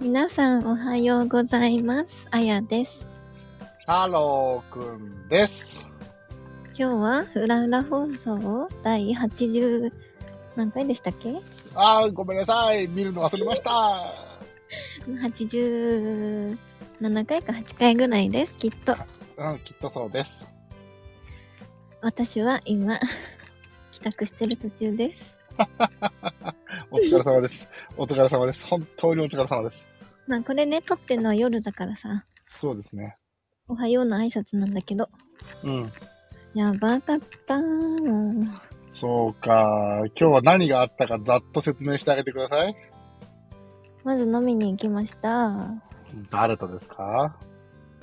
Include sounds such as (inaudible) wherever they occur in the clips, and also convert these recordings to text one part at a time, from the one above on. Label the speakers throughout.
Speaker 1: 皆さんおはようございます。あやです。
Speaker 2: 太郎くんです。
Speaker 1: 今日はうらうら放送第80何回でしたっけ
Speaker 2: あー、ごめんなさい。見るの忘れました。
Speaker 1: ?87 回か8回ぐらいです、きっと。
Speaker 2: うん、きっとそうです。
Speaker 1: 私は今、 (laughs) 帰宅してる途中です。
Speaker 2: お疲れ様です。お疲れ様です。本当にお疲れ様です。
Speaker 1: まあこれね、撮ってるのは夜だからさ、
Speaker 2: そうですね。
Speaker 1: おはようの挨拶なんだけど。
Speaker 2: うん。
Speaker 1: やばかったーもう。
Speaker 2: そうか。今日は何があったかざっと説明してあげてください。
Speaker 1: まず飲みに行きました。
Speaker 2: 誰とですか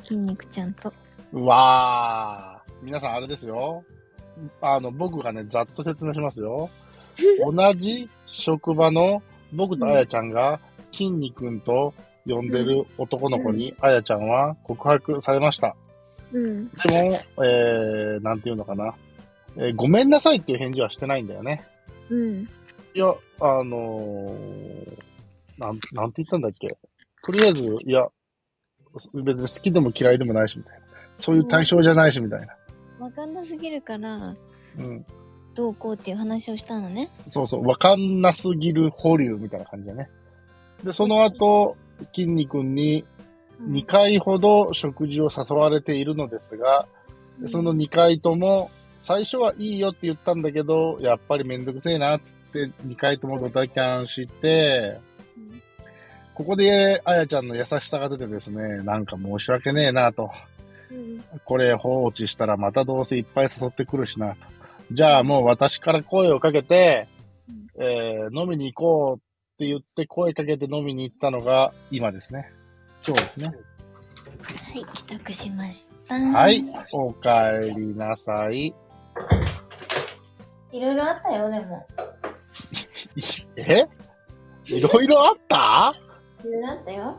Speaker 1: 筋肉ちゃんと。
Speaker 2: うわー。皆さんあれですよ。あの、僕がね、ざっと説明しますよ。同じ職場の僕とあやちゃんが、きんに君と呼んでる男の子に、あやちゃんは告白されました。
Speaker 1: うん。
Speaker 2: でも、えー、なんていうのかな、えーごめんなさいっていう返事はしてないんだよね。
Speaker 1: うん。
Speaker 2: いや、あのー、なん、なんて言ったんだっけ。とりあえず、いや、別に好きでも嫌いでもないし、みたいな。そういう対象じゃないし、みたいな。
Speaker 1: わかんなすぎるから、
Speaker 2: うん。
Speaker 1: どうこうっていう話をしたのね。
Speaker 2: そうそう、わかんなすぎる保留みたいな感じだね。で、その後、筋肉に
Speaker 1: うん
Speaker 2: 2回ほど食事を誘われているのですが、でその2回とも、最初はいいよって言ったんだけど、やっぱりめんどくせえなっつって、2回ともドタキャンして、
Speaker 1: うん
Speaker 2: ここで、あやちゃんの優しさが出てですね、なんか申し訳ねえなと。
Speaker 1: うん
Speaker 2: これ放置したらまたどうせいっぱい誘ってくるしなと。じゃあもう私から声をかけて、えー飲みに行こうって言って声かけて飲みに行ったのが今ですね。今日ですね。
Speaker 1: はい、帰宅しました。
Speaker 2: はい。。お帰りなさい。
Speaker 1: いろいろあったよ、でも。
Speaker 2: えいろいろあった
Speaker 1: いろいろあったよ。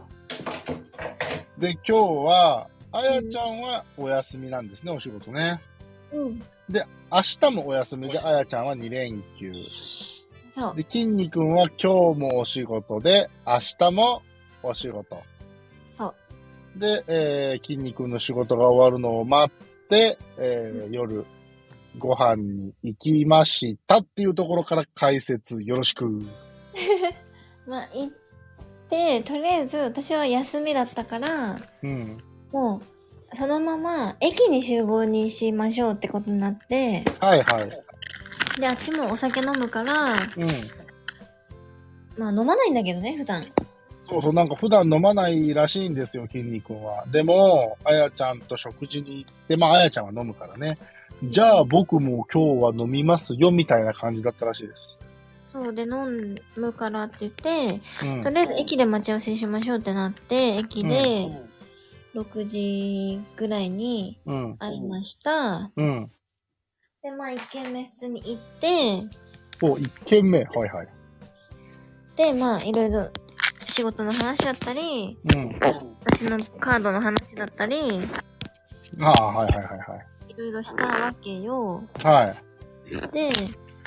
Speaker 2: で、今日は、あやちゃんはお休みなんですね、お仕事ね。
Speaker 1: うん。
Speaker 2: 明日もお休みで、あやちゃんは2連休。
Speaker 1: そう。
Speaker 2: で、きんに君は今日もお仕事で、明日もお仕事。
Speaker 1: そう。
Speaker 2: で、えー、きんに君の仕事が終わるのを待って、えー夜、ご飯に行きましたっていうところから解説よろしく。
Speaker 1: まあ、行って、とりあえず私は休みだったから、
Speaker 2: うん。
Speaker 1: もう、そのまま駅に集合にしましょうってことになって、
Speaker 2: はいはい。
Speaker 1: で、あっちもお酒飲むから、
Speaker 2: うん。
Speaker 1: まあ飲まないんだけどね、普段。
Speaker 2: そうそう、なんか普段飲まないらしいんですよ、筋肉は。でも、あやちゃんと食事に行って、まあ、あやちゃんは飲むからね。じゃあ僕も今日は飲みますよ、みたいな感じだったらしいです。
Speaker 1: そうで飲むからって言って、
Speaker 2: うん
Speaker 1: と。りあえず駅で待ち合わせしましょうってなって、駅で6時ぐらいに
Speaker 2: うん。
Speaker 1: 会いました。
Speaker 2: うん。
Speaker 1: で、まあ1軒目普通に行って、
Speaker 2: お、一軒目。はいはい。
Speaker 1: で、まあいろいろ仕事の話だったり、
Speaker 2: うん。
Speaker 1: 私のカードの話だったり、
Speaker 2: ああ、はいはいはい
Speaker 1: ろいろしたわけよ。
Speaker 2: いはい。はい。
Speaker 1: で、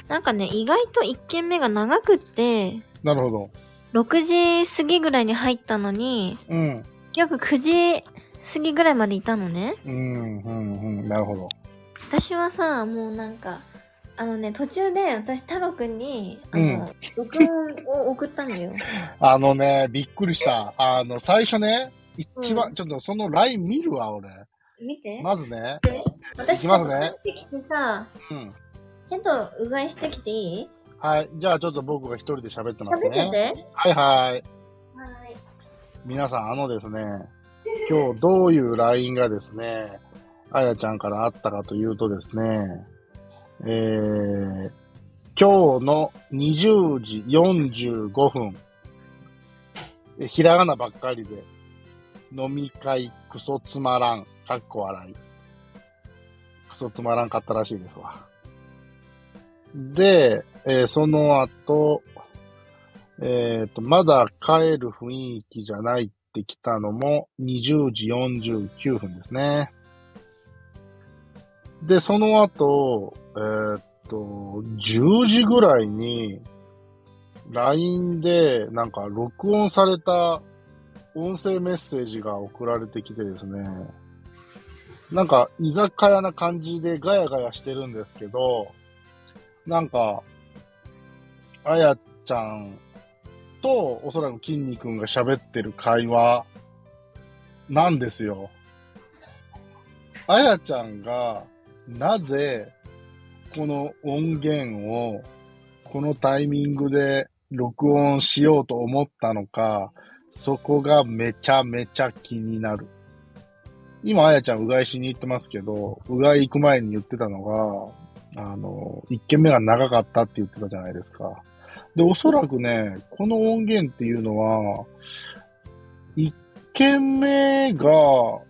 Speaker 1: なんかね、意外と1軒目が長くって、
Speaker 2: なるほど。
Speaker 1: 6時過ぎぐらいに入ったのに、
Speaker 2: うん。
Speaker 1: 結局9時過ぎぐらいまでいたのね。
Speaker 2: うん、うん、うん。なるほど。
Speaker 1: 私はさもうなんかあのね途中で私太郎くんにあの、
Speaker 2: うん
Speaker 1: 録音を送ったんだよ
Speaker 2: あのね、びっくりした。あの、最初ね、一番、
Speaker 1: う
Speaker 2: ちょっとそのライン見るわ、俺。
Speaker 1: 見て、
Speaker 2: まずね。
Speaker 1: で私
Speaker 2: いき
Speaker 1: ちょ
Speaker 2: ま
Speaker 1: っ
Speaker 2: す
Speaker 1: と
Speaker 2: ね
Speaker 1: 帰ってきてさ
Speaker 2: うん。
Speaker 1: ちょっとうがいしてきていい
Speaker 2: はい。じゃあちょっと僕が一人で喋ってます
Speaker 1: 喋
Speaker 2: ね。
Speaker 1: ってて
Speaker 2: はいはい。
Speaker 1: はーい
Speaker 2: 皆さん、あのですね、今日どういう LINE がですね、あやちゃんからあったかというとですね、えー、今日の20時45分、えひらがなばっかりで、飲み会クソつまらん、かっこ笑い。クソつまらんかったらしいですわ。で、えーその後、えっ、と、まだ帰る雰囲気じゃないって来たのも20時49分ですね。で、その後、えっ、と、10時ぐらいに、LINE で、なんか録音された音声メッセージが送られてきてですね、なんか居酒屋な感じでガヤガヤしてるんですけど、なんか、あやちゃんとおそらく筋肉くんが喋ってる会話なんですよ。あやちゃんがなぜこの音源をこのタイミングで録音しようと思ったのか、そこがめちゃめちゃ気になる。今、あやちゃん、うがいしに行ってますけど、うがい行く前に言ってたのが、あの、一軒目が長かったって言ってたじゃないですか。で、おそらくね、この音源っていうのは、一軒目が終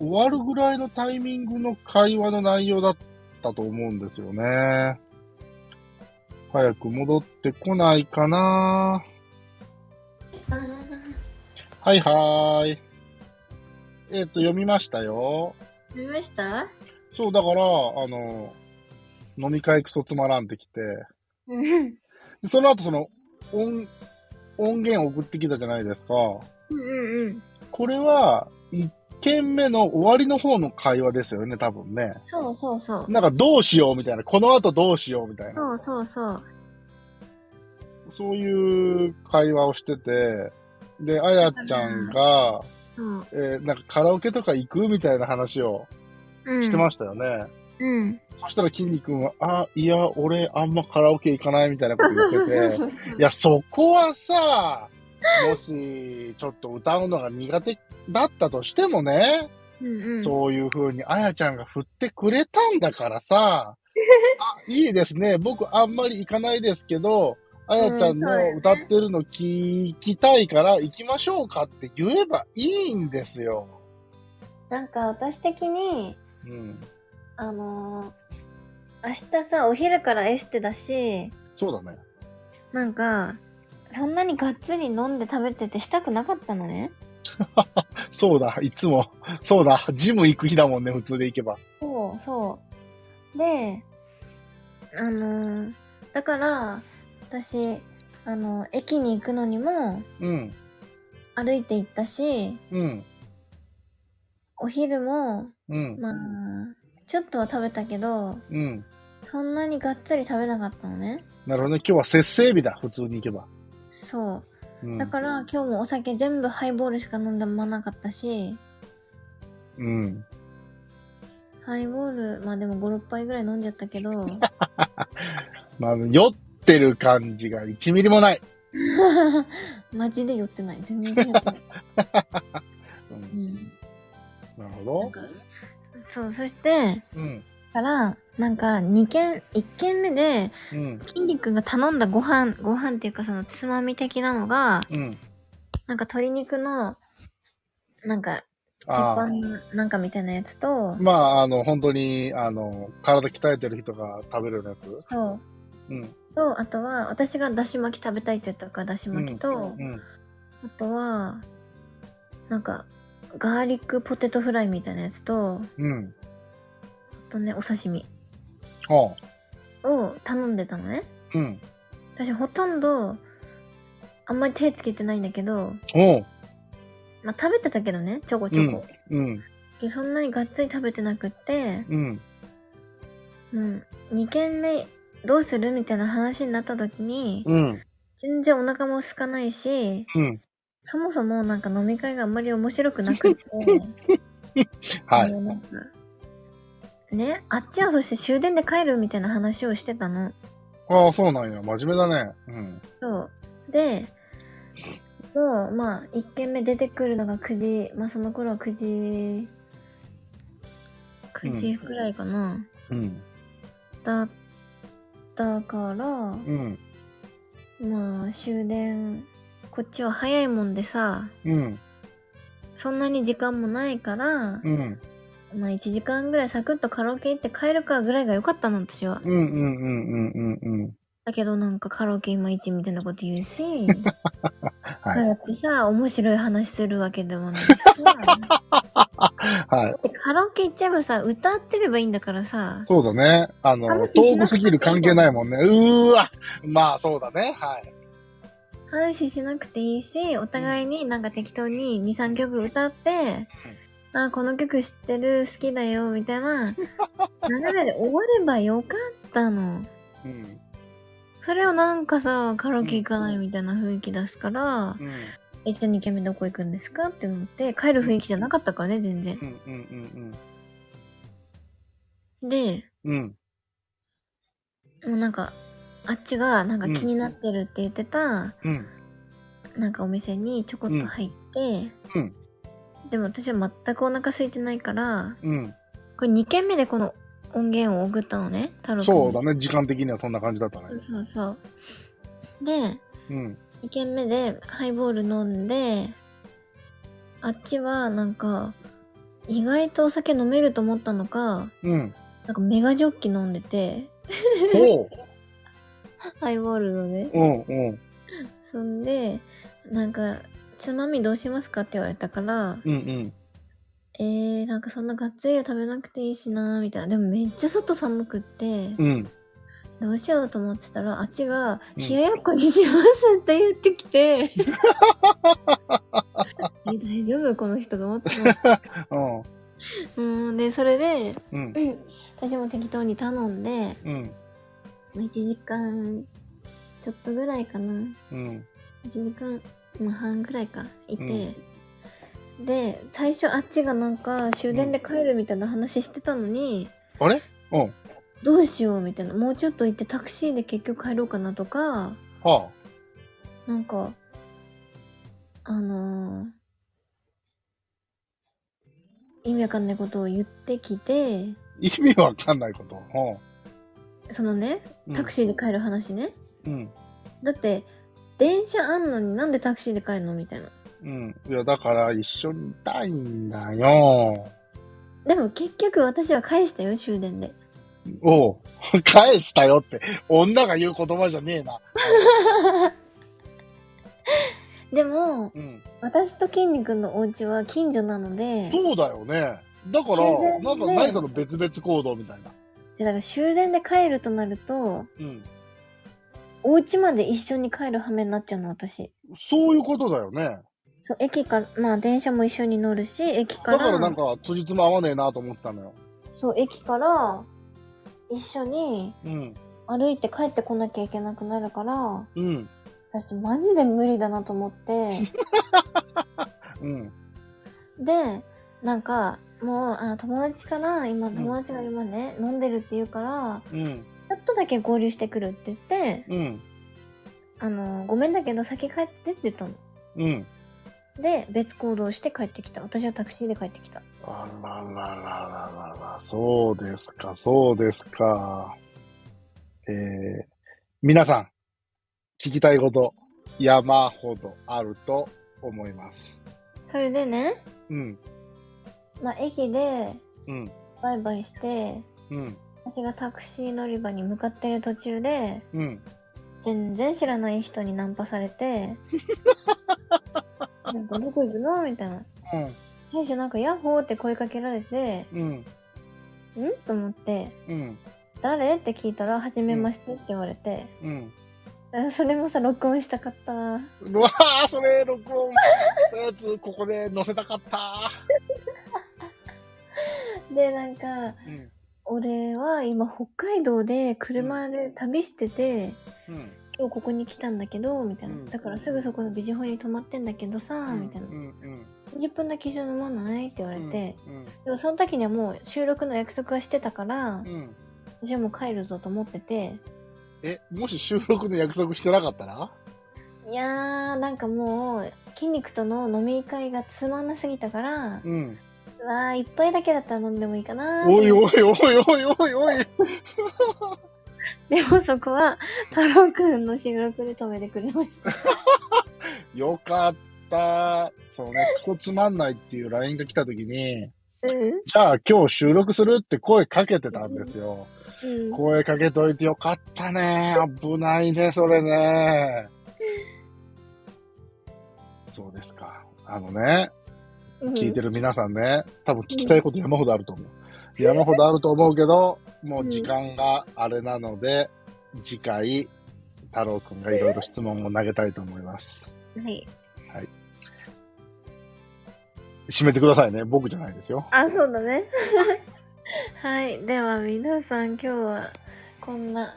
Speaker 2: わるぐらいのタイミングの会話の内容だったと思うんですよね。早く戻ってこないかなはいはーい。えっ、と、読みましたよ。
Speaker 1: 見ました
Speaker 2: そう、だから、あの、飲み会クソつまらんってきて、
Speaker 1: うん
Speaker 2: でその後その、音、音源送ってきたじゃないですか。
Speaker 1: うんうん。
Speaker 2: これは、1件目の終わりの方の会話ですよね、多分ね。
Speaker 1: そうそうそう。
Speaker 2: なんか、どうしようみたいな、この後どうしようみたいな。
Speaker 1: そうそうそう。
Speaker 2: そういう会話をしてて、で、あやちゃんが、
Speaker 1: そう
Speaker 2: えーなんかカラオケとか行くみたいな話を
Speaker 1: うん、
Speaker 2: してましたよね。
Speaker 1: うん。
Speaker 2: そしたら、きんに君は、あ、いや、俺、あんまカラオケ行かないみたいなこと言ってて、
Speaker 1: そう。
Speaker 2: いや、そこはさ、もし、ちょっと歌うのが苦手だったとしてもね、
Speaker 1: うんうん、
Speaker 2: そういう風にあやちゃんが振ってくれたんだか
Speaker 1: (laughs)
Speaker 2: らさ、あ、いいですね。僕あんまり行かないですけど、あやちゃんの歌ってるの聞きたいから行きましょうかって言えばいいんですよ。
Speaker 1: なんか私的に、
Speaker 2: うん。
Speaker 1: あのー明日さ、お昼からエステだし、
Speaker 2: そうだね。
Speaker 1: なんか、そんなにがっつり飲んで食べててしたくなかったのね。
Speaker 2: そうだ。いつも。そうだ。ジム行く日だもんね、普通で行けば。
Speaker 1: そうそう。で、あのーだから、私、あの駅に行くのにも
Speaker 2: うん。
Speaker 1: 歩いて行ったし、
Speaker 2: うん。
Speaker 1: お昼も、
Speaker 2: うん。
Speaker 1: まあ、ちょっとは食べたけど、
Speaker 2: うん。
Speaker 1: そんなにがっつり食べなかったのね。
Speaker 2: なるほどね。今日は節制日だ。普通に行けば。
Speaker 1: そうう。
Speaker 2: ん
Speaker 1: だから今日もお酒全部ハイボールしか飲んでもなかったし、
Speaker 2: うん。
Speaker 1: ハイボール、まあでも5、6杯ぐらい飲んじゃったけど、
Speaker 2: まあ、酔ってる感じが1ミリもない。
Speaker 1: マジで酔ってない。全然酔ってない。
Speaker 2: うん
Speaker 1: うん
Speaker 2: な
Speaker 1: な
Speaker 2: るほ
Speaker 1: んかそう、そして、
Speaker 2: ど。うん。
Speaker 1: から、なんか2軒、1軒目で、
Speaker 2: うん。
Speaker 1: 筋肉が頼んだご飯、ご飯っていうかそのつまみ的なのが、
Speaker 2: うん。
Speaker 1: なんか鶏肉の、なんか、鉄
Speaker 2: あ
Speaker 1: 板
Speaker 2: あ。
Speaker 1: のなんかみたいなやつと、
Speaker 2: まあ、あの、本当に、あの、体鍛えてる人が食べるようなやつ。
Speaker 1: そう。
Speaker 2: うん。
Speaker 1: と、あとは、私がだし巻き食べたいって言ったから、だし巻きと、
Speaker 2: うん。
Speaker 1: あとは、なんか、ガーリックポテトフライみたいなやつと、
Speaker 2: うん。
Speaker 1: あとね、お刺身
Speaker 2: はあ。
Speaker 1: を頼んでたのね。
Speaker 2: うん。
Speaker 1: 私ほとんど、あんまり手つけてないんだけど、
Speaker 2: おう。
Speaker 1: まあ食べてたけどね、ちょこちょこ。
Speaker 2: うん。
Speaker 1: でそんなにがっつり食べてなくって、
Speaker 2: うん。
Speaker 1: うん、2軒目どうするみたいな話になった時に、
Speaker 2: うん。
Speaker 1: 全然お腹も空かないし、
Speaker 2: うん。
Speaker 1: そもそもなんか飲み会があんまり面白くなくって、
Speaker 2: (laughs) はい。
Speaker 1: もうなんかね、あっちはそして終電で帰るみたいな話をしてたの。
Speaker 2: ああ、そうなんや。真面目だね。うん。
Speaker 1: そう。で、もう、まあ、1軒目出てくるのが9時、まあその頃は9時、9時くらいかな。
Speaker 2: うん。
Speaker 1: だったから、
Speaker 2: うん。
Speaker 1: まあ終電、こっちは早いもんでさ、
Speaker 2: うん。
Speaker 1: そんなに時間もないから、
Speaker 2: うん。
Speaker 1: まあ1時間ぐらいサクッとカラオケ行って帰るかぐらいが良かったの、私は。
Speaker 2: うん。うん。うん。うん。うん。うん。
Speaker 1: だけどなんかカラオケいまいちみたいなこと言う
Speaker 2: (laughs)
Speaker 1: し、
Speaker 2: は
Speaker 1: だ
Speaker 2: い。
Speaker 1: ってさ、面白い話するわけでもないし
Speaker 2: (laughs)
Speaker 1: さ。だ
Speaker 2: はい。
Speaker 1: ってカラオケ行っちゃえばさ、歌ってればいいんだからさ、
Speaker 2: そうだね。あの、
Speaker 1: 話し
Speaker 2: 遠
Speaker 1: な
Speaker 2: く
Speaker 1: くて
Speaker 2: す
Speaker 1: いい
Speaker 2: ぎる関係ないもんね。うーわ。まあ、そうだね。はい。
Speaker 1: 話しなくていいしお互いになんか適当に23曲歌って、あこの曲知ってる好きだよみたい
Speaker 2: (laughs)
Speaker 1: な流れで終わればよかったの
Speaker 2: うん。
Speaker 1: それをなんかさカラオケ行かないみたいな雰囲気出すから
Speaker 2: うん。
Speaker 1: 「えじゃあ2軒目どこ行くんですか?」ってなって帰る雰囲気じゃなかったからね全然
Speaker 2: うん。うん。うん。
Speaker 1: で
Speaker 2: うん。うん。
Speaker 1: もうなんかあっちがなんか気になってるって言ってた、
Speaker 2: うん。
Speaker 1: なんかお店にちょこっと入って、
Speaker 2: うん
Speaker 1: でも私は全くお腹空いてないから
Speaker 2: うん。
Speaker 1: これ2軒目でこの音源を送ったのね太郎君に
Speaker 2: そうだね。時間的にはそんな感じだったね。
Speaker 1: そうそうそうで
Speaker 2: うん。
Speaker 1: 2軒目でハイボール飲んであっちはなんか意外とお酒飲めると思ったのか
Speaker 2: うん。
Speaker 1: なんかメガジョッキ飲んでて
Speaker 2: おう。
Speaker 1: ハイボールのね
Speaker 2: うん。うん。
Speaker 1: そんでなんかつまみどうしますかって言われたから
Speaker 2: うん。うん。
Speaker 1: えー、なんかそんながっつりは食べなくていいしなーみたいなでもめっちゃ外寒くって
Speaker 2: うん。
Speaker 1: どうしようと思ってたらあっちが「
Speaker 2: うん
Speaker 1: 冷ややっこにします」って言ってきて (laughs) え大丈夫この人と思って
Speaker 2: うん。
Speaker 1: うんでそれで
Speaker 2: うん。
Speaker 1: 私も適当に頼んで
Speaker 2: うん。
Speaker 1: 1時間ちょっとぐらいかな
Speaker 2: うん。
Speaker 1: 1時間まあ半ぐらいかいて、で最初あっちがなんか終電で帰るみたいな話してたのに、
Speaker 2: あれうん。は
Speaker 1: どうしようみたいなもうちょっと行ってタクシーで結局帰ろうかなとか
Speaker 2: あ。
Speaker 1: なんかあのー意味わかんないことを言ってきて
Speaker 2: 意味わかんないこと。
Speaker 1: そのね
Speaker 2: うん。
Speaker 1: タクシーで帰る話ね、
Speaker 2: ー。うん。
Speaker 1: だって電車あんのになんでタクシーで帰るのみたいな
Speaker 2: うん。いや、だから一緒にいたいんだよ。
Speaker 1: でも結局私は返したよ終電で
Speaker 2: おう。 (laughs) 返したよって、女が言う言葉じゃねえな。
Speaker 1: でも
Speaker 2: うん。
Speaker 1: 私ときんに君のお家は近所なので
Speaker 2: そうだよね。だか
Speaker 1: 自
Speaker 2: ら、
Speaker 1: 然ね
Speaker 2: なんか何その別々行動みたいな。
Speaker 1: でだから終電で帰るとなると
Speaker 2: うん。
Speaker 1: お家まで一緒に帰る羽目になっちゃうの私
Speaker 2: そういうことだよね。
Speaker 1: そう駅かまあ電車も一緒に乗るし駅か
Speaker 2: だ
Speaker 1: ら
Speaker 2: からなんか、つじつま合わねえなと思ったのよ。
Speaker 1: そう駅から一緒に
Speaker 2: うん。
Speaker 1: 歩いて帰ってこなきゃいけなくなるから
Speaker 2: うん。
Speaker 1: 私マジで無理だなと思って。
Speaker 2: うん。
Speaker 1: でなんかもうあ友達から今友達が今ね、飲んでるって言うから
Speaker 2: うん。
Speaker 1: ちょっとだけ合流してくるって言って
Speaker 2: うん。
Speaker 1: 「あのごめんだけど先帰って」って言ったの。
Speaker 2: うん。
Speaker 1: で別行動して帰ってきた私はタクシーで帰ってきた
Speaker 2: あらららららら、そうですか、そうですか。えー、皆さん、聞きたいこと、山ほどあると思います。
Speaker 1: それでね、
Speaker 2: うん、
Speaker 1: まあ、駅で
Speaker 2: うん、
Speaker 1: バイバイして
Speaker 2: うん、
Speaker 1: 私がタクシー乗り場に向かってる途中で
Speaker 2: うん。
Speaker 1: 全然知らない人にナンパされ
Speaker 2: (laughs)
Speaker 1: てなんかどこ行くのみたいな
Speaker 2: うん、
Speaker 1: 最初なんか「ヤッホー」って声かけられて
Speaker 2: うん、
Speaker 1: んと思って
Speaker 2: うん、
Speaker 1: 「誰?」って聞いたら「はじめまして」って言われて、
Speaker 2: うん。
Speaker 1: あそれもさ録音したかった
Speaker 2: うわー、それ、録音したやつ、ここで載せたかった。
Speaker 1: でなんか
Speaker 2: うん、
Speaker 1: 俺は今北海道で車で旅してて、
Speaker 2: うん、
Speaker 1: 今日ここに来たんだけどみたいな、
Speaker 2: うん
Speaker 1: だからすぐそこのビジホに泊まってんだけどさ、
Speaker 2: うん、
Speaker 1: みたいな
Speaker 2: うん、うん。
Speaker 1: 10分だけ一緒に飲まないって言われて、
Speaker 2: うん、
Speaker 1: でもその時にはもう収録の約束はしてたから、
Speaker 2: うん。
Speaker 1: 私はもう帰るぞと思ってて
Speaker 2: え、もし収録の約束してなかったら
Speaker 1: いやーなんかもう筋肉との飲み会がつまんなすぎたから、
Speaker 2: うん。
Speaker 1: うわー一杯だけだったら飲んでもいいかなー
Speaker 2: おいおいおいおいおいおい。
Speaker 1: でもそこは太郎くんの収録で止めてくれま
Speaker 2: (laughs)
Speaker 1: した。
Speaker 2: よかった。そうね、クソつまんないっていう LINE が来た時に、
Speaker 1: うん。
Speaker 2: じゃあ今日収録するって声かけてたんですよ。
Speaker 1: うん、
Speaker 2: 声かけといてよかったね。危ないね、それね。そうですか。あのね、
Speaker 1: うん
Speaker 2: 聞いてる皆さんね、多分聞きたいこと山ほどあると思う。山ほどあると思うけど、もう時間があれなので、次回、太郎くんがいろいろ質問を投げたいと思います。
Speaker 1: はい。
Speaker 2: 締めてくださいね。僕じゃないですよ。
Speaker 1: あ、そうだね。 (laughs) はい。では、皆さん、今日は、こんな、 (laughs)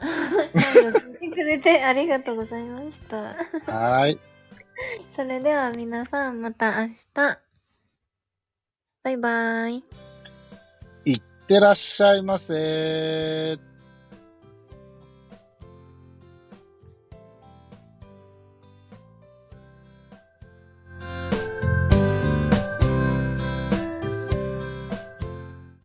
Speaker 1: 本を聞いてくれてありがとうございました。
Speaker 2: はーい。
Speaker 1: それでは、皆さん、また明日。バイバイ。
Speaker 2: いってらっしゃいませー。